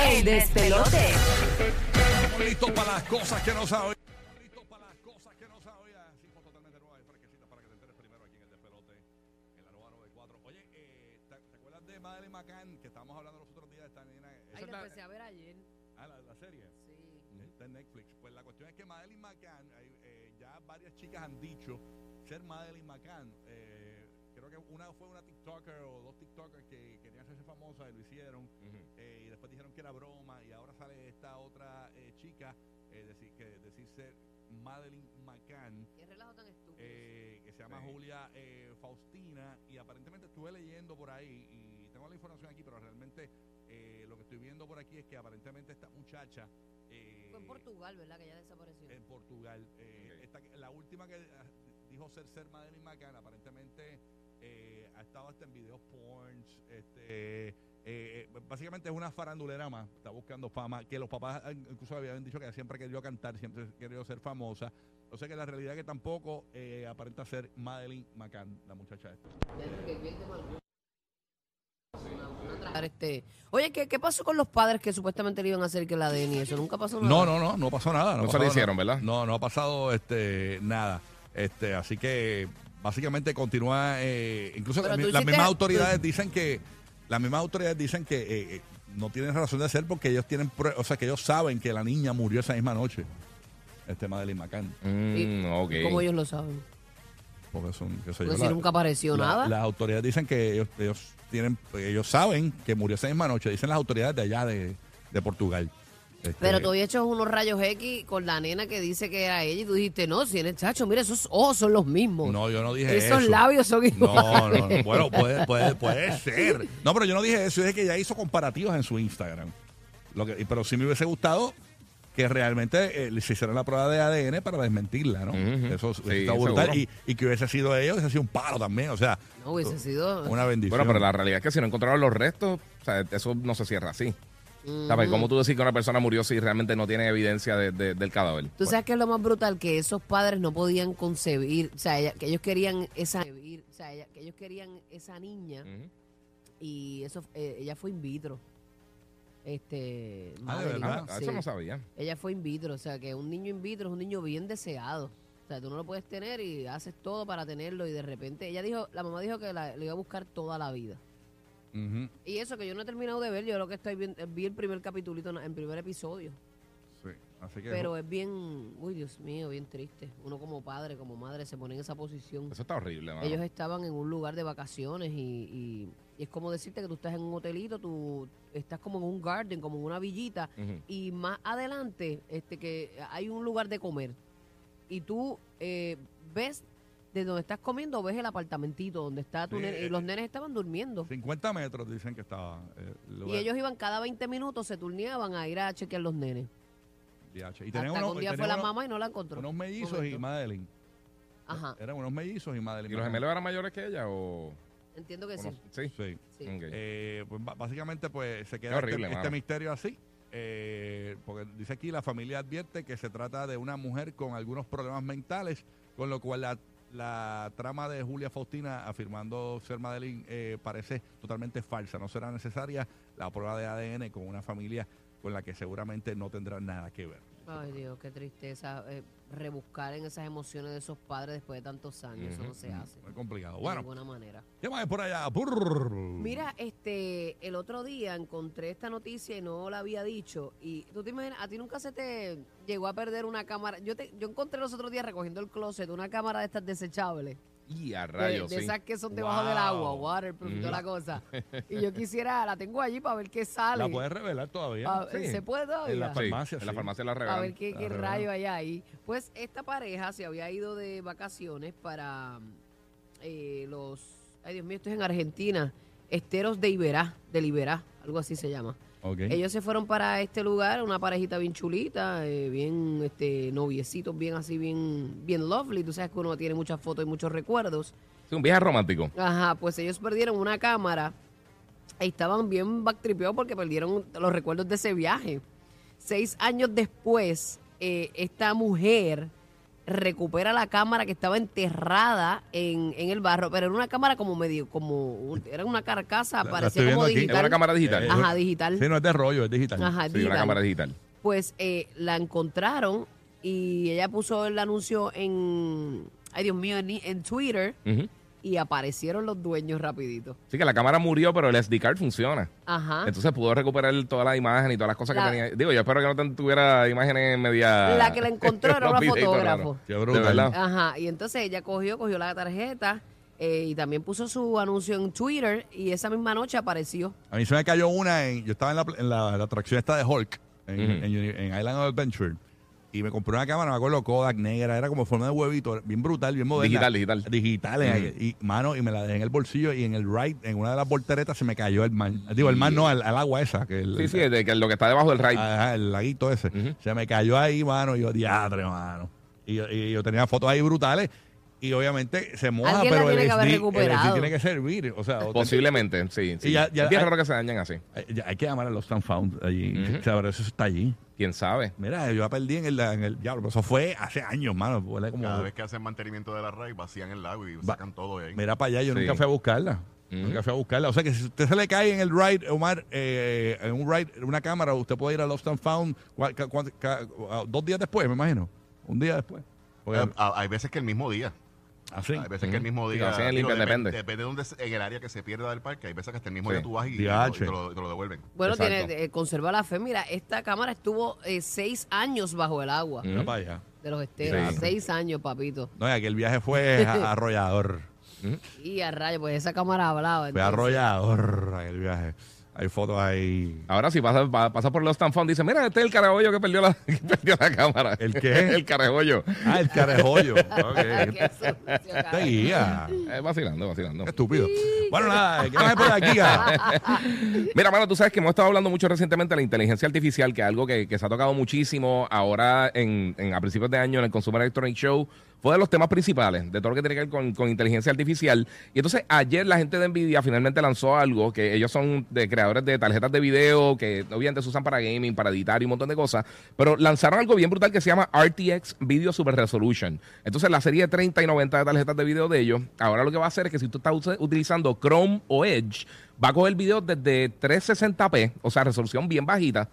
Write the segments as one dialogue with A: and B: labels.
A: El despelote.
B: Estamos listos para las cosas que no sabía. Estamos listos para las cosas que no sabía. Cinco totalmente nuevas y fresquecitas para que te enteres primero aquí en el despelote, en la nueva 94. Oye, eh, ¿te, te acuerdas de Madeleine McCann que estábamos hablando los otros días? Esta nena, esa
C: Ay, pues,
B: es
C: lo
B: la,
C: empecé a ver ayer.
B: ah, la, la serie.
C: Sí.
B: Está en Netflix. Pues la cuestión es que Madeline McCann, hay, eh, ya varias chicas han dicho ser Madeline McCann. Eh, creo que una fue una TikToker o dos TikTokers que querían hacerse famosas y lo hicieron. Eh, y después dijeron que era broma. Y ahora sale esta otra eh, chica eh, decir, que decir ser Madeline McCann.
C: Qué relajo tan estúpido.
B: eh, que se llama
D: Sí.
B: Julia eh, Faustina y aparentemente estuve leyendo por ahí y tengo la información aquí pero realmente eh, lo que estoy viendo por aquí es que aparentemente esta muchacha eh,
C: Fue en Portugal, ¿verdad? Que ya desapareció.
B: en Portugal. Eh,
D: Ok.
B: esta que- la última que ah, dijo ser ser Madeline McCann, aparentemente eh, ha estado hasta en videos porns. Este, eh, eh, básicamente es una farandulera más, está buscando fama, que los papás ah, incluso habían dicho que siempre quería cantar, siempre quería ser famosa. O sea que la realidad es que tampoco eh, aparenta ser Madeline McCann, la muchacha esta.
C: Para Este. Oye, ¿qué, ¿qué pasó con los padres que supuestamente le iban a hacer que la den y eso? Nunca pasó nada.
B: No, no, no, no pasó nada.
D: No se
B: pasó
D: le
B: nada.
D: hicieron, ¿verdad?
B: No, no ha pasado este, nada. Este, así que básicamente continúa. eh, incluso
C: Pero
B: la-
C: tú
B: las
C: hiciste-
B: mismas autoridades dicen que las mismas autoridades dicen que eh, eh, no tienen razón de ser porque ellos tienen, prue- o sea, que ellos saben que la niña murió esa misma noche. Este Madeline McCann,
D: Mm, ok.
C: Como ellos lo saben.
B: porque son, qué sé Pues yo,
C: Porque si
B: la-
C: nunca apareció
B: la-
C: nada.
B: Las autoridades dicen que ellos, ellos tienen, ellos saben que murió esa misma noche. Dicen las autoridades de allá de, de Portugal. Este,
C: Pero tú habías hecho unos rayos X con la nena que dice que era ella y tú dijiste, no, si en el chacho, mira, esos ojos son los mismos.
B: No, yo no dije
C: Esos
B: eso.
C: labios son
B: No, no,
C: iguales.
B: no. Bueno, puede, puede, puede ser. No, pero yo no dije eso. Yo dije que ya hizo comparativos en su Instagram. Lo que, pero sí me hubiese gustado que realmente eh, se hiciera la prueba de ADN para desmentirla, ¿no?
D: Ujú.
B: Eso es-
D: Sí,
B: está
D: seguro.
B: brutal. Y, y que hubiese sido ellos, hubiese sido un palo también. O sea,
C: No hubiese sido.
B: una bendición.
D: Bueno, pero la realidad es que si no encontraron los restos, o sea, eso no se cierra así. ¿Sabes? ¿Cómo tú decís que una persona murió si realmente no tiene evidencia de- de- del cadáver?
C: Tú sabes que es lo más brutal que esos padres no podían concebir, o sea, ella- que ellos querían esa, o sea, ella- que ellos querían esa niña
B: Mm.
D: Pues, Ujú.
C: y eso, eh, ella fue in vitro. Este,
B: Ah, ¿de
C: Madeline,
B: verdad?
D: Ah,
C: sí.
D: Eso no sabía.
C: Ella fue in vitro, o sea, que un niño in vitro es un niño bien deseado. O sea, tú no lo puedes tener y haces todo para tenerlo y de repente ella dijo, la mamá dijo que la, lo iba a buscar toda la vida.
B: Ujú.
C: Y eso que yo no he terminado de ver, yo lo que estoy viendo, vi el primer capitulito, en el primer episodio.
B: Sí, así que
C: Pero es bien, uy Dios mío, bien triste. Uno como padre, como madre, se pone en esa posición.
D: Eso está horrible, mano.
C: Ellos estaban en un lugar de vacaciones y, y- y es como decirte que tú estás en un hotelito, tú estás como en un garden, como en una villita,
D: Ujú.
C: y más adelante este que hay un lugar de comer y tú eh, ves de donde estás comiendo, ves el apartamentito donde está tu
B: Sí,
C: nene, y
B: eh,
C: los nenes estaban durmiendo.
B: 50 metros dicen que estaba. eh, el
C: Y
B: lugar.
C: ellos iban cada 20 minutos, se turneaban a ir a chequear los nenes.
B: DH. Y
C: Hasta
B: tenían
C: que
B: unos,
C: un día
B: tenían
C: fue la
B: unos-
C: mamá y no la encontró.
B: unos mellizos y
C: Correcto.
B: Madeline.
C: Ajá,
B: Eran unos mellizos y
D: ¿Y
B: Madeline.
D: los gemelos eran mayores que ella o...?
C: entiendo que
D: o
C: Pues sí.
D: no? Sí.
B: Sí.
C: sí.
D: Ok.
B: Eh, pues, ba- básicamente, pues se queda
D: Qué horrible,
B: este, este
D: mano.
B: misterio así. eh, porque dice aquí la familia advierte que se trata de una mujer con algunos problemas mentales, con lo cual la, la trama de Julia Faustina afirmando ser Madeline eh, parece totalmente falsa. No será necesaria la prueba de ADN con una familia con la que seguramente no tendrá nada que ver.
C: Ay Dios, qué tristeza. eh, rebuscar en esas emociones de esos padres después de tantos años, eso no se hace.
B: Mm, Muy complicado.
C: De
B: Bueno, Mm.
C: ninguna manera.
B: ¿qué más hay por allá? Brrr.
C: Mira, este, el otro día encontré esta noticia y no la había dicho. Y tú te imaginas, a ti nunca se te llegó a perder una cámara. Yo te, yo encontré los otros días recogiendo el closet una cámara de estas desechables.
D: Y
C: De,
D: a rayos,
C: de
D: sí.
C: esas que son debajo del
B: Wow. Mm.
C: agua, waterproof, y toda la cosa. Y yo quisiera, la tengo allí para ver qué sale.
B: ¿La puedes revelar todavía?
C: A-
D: sí.
C: Ah, ¿Se puede todavía?
B: En la
D: Sí,
B: farmacia,
D: En la
B: sí.
D: farmacia la
C: A
D: regalan.
C: ver qué,
B: la
C: qué
B: regalan.
C: rayo hay ahí. Pues esta pareja se había ido de vacaciones para eh, los. Ay, Dios mío, esto es en Argentina. Esteros de Iberá, de Liberá, algo así se llama.
B: Ok.
C: Ellos se fueron para este lugar, una parejita bien chulita, eh, bien este, noviecitos, bien así, bien, bien lovely. Tú sabes que uno tiene muchas fotos y muchos recuerdos.
D: Sí, un viaje romántico.
C: Ajá, pues ellos perdieron una cámara y estaban bien backtripeados porque perdieron los recuerdos de ese viaje. Seis años después, eh, esta mujer recupera la cámara que estaba enterrada en, en el barro, pero era una cámara como medio, como un- era una carcasa,
B: la
C: parecía
B: estoy viendo
C: como
B: aquí.
D: Es una
C: digital.
D: cámara digital.
B: Eh,
C: Ajá, digital.
B: Sí, no es de rollo, es digital.
C: Ajá,
D: sí, una
C: digital.
D: cámara digital.
C: Pues eh, la encontraron y ella puso el anuncio en, ay Dios mío, en, en Twitter
D: Ujú.
C: y aparecieron los dueños rapidito.
D: Así que la cámara murió, pero el SD card funciona.
C: Ajá.
D: Entonces pudo recuperar toda la imagen y todas las cosas
C: Ah. La-
D: que tenía. Digo, yo espero que no tan- tuviera imágenes
B: Ah.
D: media.
C: La que la encontró era una Ah.
D: unos videitos
C: fotógrafo.
D: raros.
B: Qué
D: De
B: brutal.
D: verdad.
C: Ajá, y entonces ella cogió, cogió la tarjeta eh, y también puso su anuncio en Twitter y esa misma noche apareció.
B: A mí se me cayó una en. Yo estaba en la, pl- en la- la atracción esta de Hulk, en,
D: Ujú.
B: en Uni- en Island of Adventure. Y me compré una cámara, me acuerdo, Kodak negra, era como forma de huevito, bien brutal, bien moderna.
D: Digital, digital.
B: Digital, en-
D: Ujú.
B: y mano, y me la dejé en el bolsillo y en el right, en una de las volteretas se me cayó el mar. Digo, el mar no, al, al agua esa. Que el, ah,
D: Sí, sí, de que lo que está debajo del raid.
B: Ajá, el laguito ese.
D: Ujú.
B: Se me cayó ahí, mano, y yo, diadre, mano. Y, yo- y yo tenía fotos ahí brutales. Y obviamente se moja,
C: Alguien la
B: pero el
C: tiene que haber
B: SD, el SD
C: recuperado.
B: tiene que servir. O sea, o te-
D: Posiblemente, sí. sí.
B: Y ya- ya- ah.
D: es bien
B: hay-
D: raro que se dañen así.
B: eh, ya, hay que llamar a los Found allí.
D: Ujú.
B: O sea, pero eso está allí.
D: Quién sabe.
B: Mira, yo la perdí en el, en el diablo. pero Eso fue hace años, mano. Huele como-
A: Cada vez que hacen mantenimiento de la raíz, vacían el lago y sacan todo de ahí. Eh,
B: Mira para allá, yo
D: Sí.
B: nunca fui a buscarla.
D: Ujú.
B: Nunca fui a buscarla. O sea que si usted se le cae en el ride, Omar, eh, en un ride, en una cámara, usted puede ir a Lost and Found cua- ca- cua- ca- ah, dos días después, me imagino. Un día después. Porque-
A: Eh, a- hay veces que el mismo día.
B: así.
A: Hay veces que el mismo
D: Sí,
A: día.
D: lo hacen en
A: digo,
D: limpia,
A: depen-
D: depende.
A: Depende de dónde, se- en el área que se pierda del parque. Hay veces que hasta el mismo
D: Sí.
A: día tú vas y, y lo- y
B: Diache.
A: te, lo, te lo devuelven.
C: Bueno,
D: Exacto.
C: tiene, eh, conserva la fe. Mira, esta cámara estuvo eh, seis años bajo el agua
D: Mm.
B: Mira para allá.
C: de los esteros.
D: Sí.
C: Seis años, papito.
B: No, y el viaje fue a- arrollador.
C: Y a rayo, pues esa cámara hablaba.
B: Fue
C: entonces.
B: arrollador aquel viaje. Hay fotos ahí.
D: Ahora si pasa, pa- pasa por los Stanford, dice, mira, este es el carajollo que perdió la, que perdió la cámara.
B: ¿El qué?
D: el carajollo.
B: Ah, el carejollo.
C: Ay,
B: ok.
C: qué sucio,
B: Te
C: cara.
B: guía.
D: Eh, vacilando, vacilando.
B: Qué estúpido. Bueno, nada, ¿qué más hay por aquí? ah?
D: Mira, mano, tú sabes que hemos estado hablando mucho recientemente de la inteligencia artificial, que es algo que, que se ha tocado muchísimo ahora en, en- a principios de año en el Consumer Electronic Show. Fue de los temas principales, de todo lo que tiene que ver con, con inteligencia artificial. Y entonces ayer la gente de Nvidia finalmente lanzó algo, que ellos son de creadores de tarjetas de video, que obviamente se usan para gaming, para editar y un montón de cosas, pero lanzaron algo bien brutal que se llama RTX Video Super Resolution. Entonces la serie 30 y 90 de tarjetas de video de ellos, ahora lo que va a hacer es que si tú estás usa- utilizando Chrome o Edge, va a coger video desde 360p, o sea, resolución bien bajita,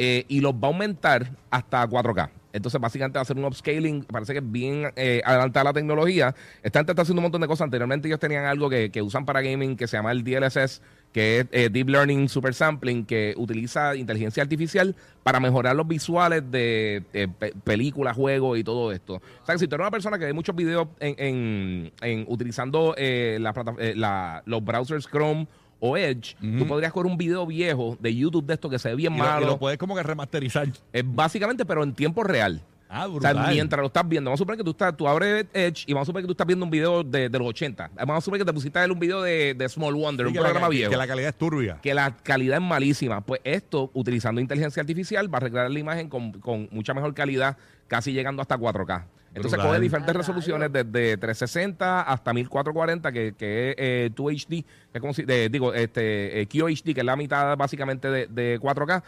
D: eh, y los va a aumentar hasta 4K. Entonces, básicamente va a hacer un upscaling, parece que es bien eh, adelantada la tecnología. Esta gente está haciendo un montón de cosas. Anteriormente ellos tenían algo que, que usan para gaming que se llama el DLSS, que es eh, Deep Learning Super Sampling, que utiliza inteligencia artificial para mejorar los visuales de eh, pe- películas, juegos y todo esto. O sea, que si tú eres una persona que ve muchos videos en, en- en- utilizando eh, la plata- eh, la- los browsers Chrome o Edge, tú podrías coger un video viejo de YouTube de esto que se ve bien
B: Y lo,
D: malo.
B: y lo puedes como que remasterizar.
D: Es básicamente, pero en tiempo real.
B: Ah,
D: O sea,
B: brutal.
D: mientras lo estás viendo, vamos a suponer que tú, estás, tú abres Edge y vamos a suponer que tú estás viendo un video de, de los 80. Vamos a suponer que te pusiste a ver un video de, de Small Wonder,
B: Sí,
D: un
B: que la-
D: programa
B: que-
D: viejo.
B: Que la calidad es turbia.
D: calidad es malísima. Pues esto, utilizando inteligencia artificial, va a recrear la imagen con, con mucha mejor calidad, casi llegando hasta 4K. Entonces
B: Brutal.
D: coge diferentes
C: Ah,
D: resoluciones desde 360 hasta 1440, que, que es eh, 2HD, que es como si, de- digo, este, eh, QHD, que es la mitad básicamente de, de 4K.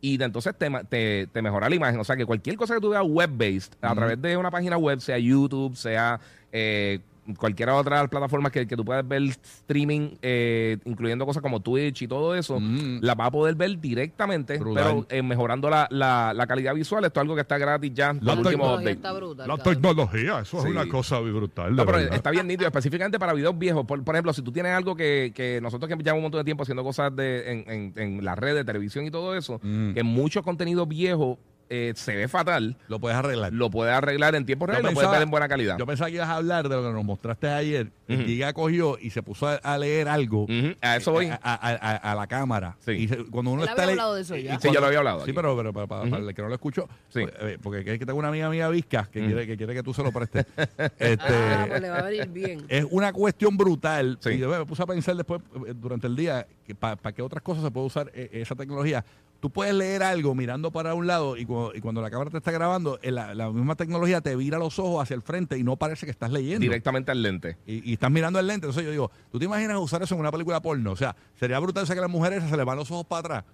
D: Y de- entonces te, ma- te, te mejora la imagen. O sea que cualquier cosa que tú veas web-based, a través de una página web, sea YouTube, sea eh, cualquiera otra plataforma que, que tú puedas ver streaming, eh, incluyendo cosas como Twitch y todo eso,
B: Mm.
D: la vas a poder ver directamente,
B: Brutal.
D: pero eh, mejorando la, la, la calidad visual. Esto es algo que está gratis ya.
B: La
D: el último
C: tecnología
D: update.
C: está brutal.
B: La
C: cabrón.
B: tecnología, eso
D: Sí.
B: es una cosa brutal. de
D: No, pero
B: verdad.
D: está bien nítido, específicamente para videos viejos. Por, por ejemplo, si tú tienes algo que, que nosotros que llevamos un montón de tiempo haciendo cosas de, en, en, en las redes, de televisión y todo eso,
B: Mm.
D: que mucho contenido viejo eh, se ve fatal,
B: Lo puedes arreglar.
D: lo puedes arreglar en tiempo real y lo puedes
B: pensaba-
D: ver en buena calidad.
B: Yo pensaba que ibas a hablar de lo que nos mostraste ayer.
D: Ujú.
B: Giga cogió y se puso a, a leer algo.
D: Ujú, A eso voy.
B: A, a- a- a la cámara.
D: Sí.
B: Y se- cuando uno
C: Él
B: está
C: había
B: le-
C: hablado de eso ya.
B: y
D: Sí, ya lo había hablado
B: Sí,
D: aquí.
B: pero, pero para, para- para
D: Ujú.
B: el que no lo escuchó,
D: Sí.
B: eh, porque es que tengo una amiga mía visca que,
D: Ujú.
B: quiere, que quiere que tú se lo prestes. este,
C: Ah, pues le va a venir bien.
B: es una cuestión brutal.
D: Sí.
B: Y yo me puse a pensar después, eh, durante el día, para qué otras cosas se puede usar eh, esa tecnología. Tú puedes leer algo mirando para un lado y, cu- y cuando la cámara te está grabando, eh, la, la misma tecnología te vira los ojos hacia el frente y no parece que estás leyendo.
D: Directamente al lente.
B: Y, y estás mirando el lente. Entonces yo digo, ¿tú te imaginas usar eso en una película porno? O sea, sería brutal o sea, que a las mujeres se les van los ojos para atrás.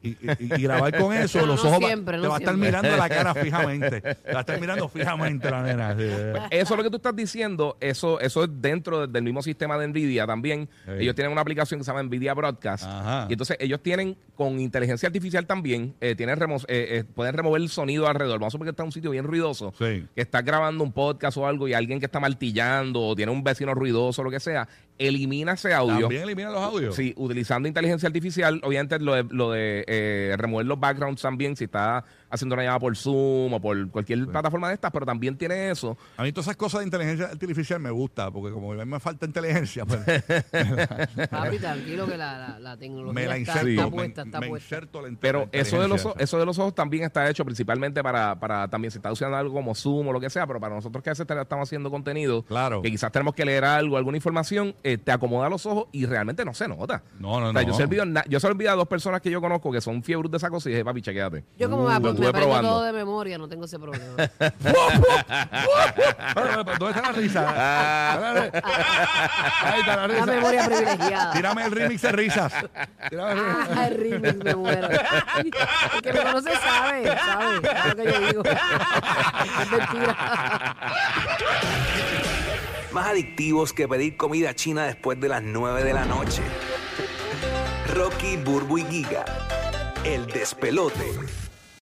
B: Y, y- y grabar con eso,
C: No,
B: los
C: no
B: ojos va-
C: siempre, no
B: te va a estar
C: siempre.
B: mirando la cara fijamente. Te va a estar mirando fijamente la nena. sí, sí.
D: Eso es lo que tú estás diciendo, eso, eso es dentro del mismo sistema de Nvidia también.
B: Sí.
D: Ellos tienen una aplicación que se llama Nvidia Broadcast.
B: Ajá.
D: Y entonces ellos tienen con inteligencia artificial también, eh, tienen remo- eh, eh, pueden remover el sonido alrededor. Vamos a suponer que está en un sitio bien ruidoso,
B: Sí.
D: que está grabando un podcast o algo y alguien que está martillando o tiene un vecino ruidoso o lo que sea, elimina ese audio.
B: También elimina los audios.
D: Sí, utilizando inteligencia artificial, obviamente lo de, lo de eh, remover los backgrounds también, si está haciendo una llamada por Zoom o por cualquier plataforma de estas, pero también tiene eso.
B: A mí todas esas cosas de inteligencia artificial me gusta, porque como a mí me falta inteligencia, pues,
C: Papi, tranquilo que la, la, la tecnología
B: me la
C: está,
B: inserto.
C: está
B: me-
C: puesta,
B: me,
C: está puesta.
B: inserto la
D: Pero eso de, los, o-
B: inteligencia.
D: eso de los ojos también está hecho principalmente para, para también se está usando algo como Zoom o lo que sea, pero para nosotros que a veces te- estamos haciendo contenido,
B: Claro.
D: que quizás tenemos que leer algo, alguna información, eh, te acomoda los ojos y realmente no se nota.
B: No, no,
D: O sea,
B: no.
D: yo, se olvido na- yo se lo olvidé a dos personas que yo conozco que son fiebres de esa cosa y dije, papi, chequéate.
C: Yo como
D: Uh,
C: me
D: lo
C: aprendo
D: estuve probando.
C: todo de memoria, no tengo ese problema.
B: Pero, pero, ¿Dónde está la risa? Ahí está la
C: La
B: risa.
C: memoria privilegiada.
B: Tírame el remix de risas. Tírame el remix.
C: Ah, remix, me muero. El que me conoce sabe, sabe, sabe lo que yo digo. Es mentira.
E: Más adictivos que pedir comida china después de las 9 de la noche. Rocky, Burbu y Giga. El despelote.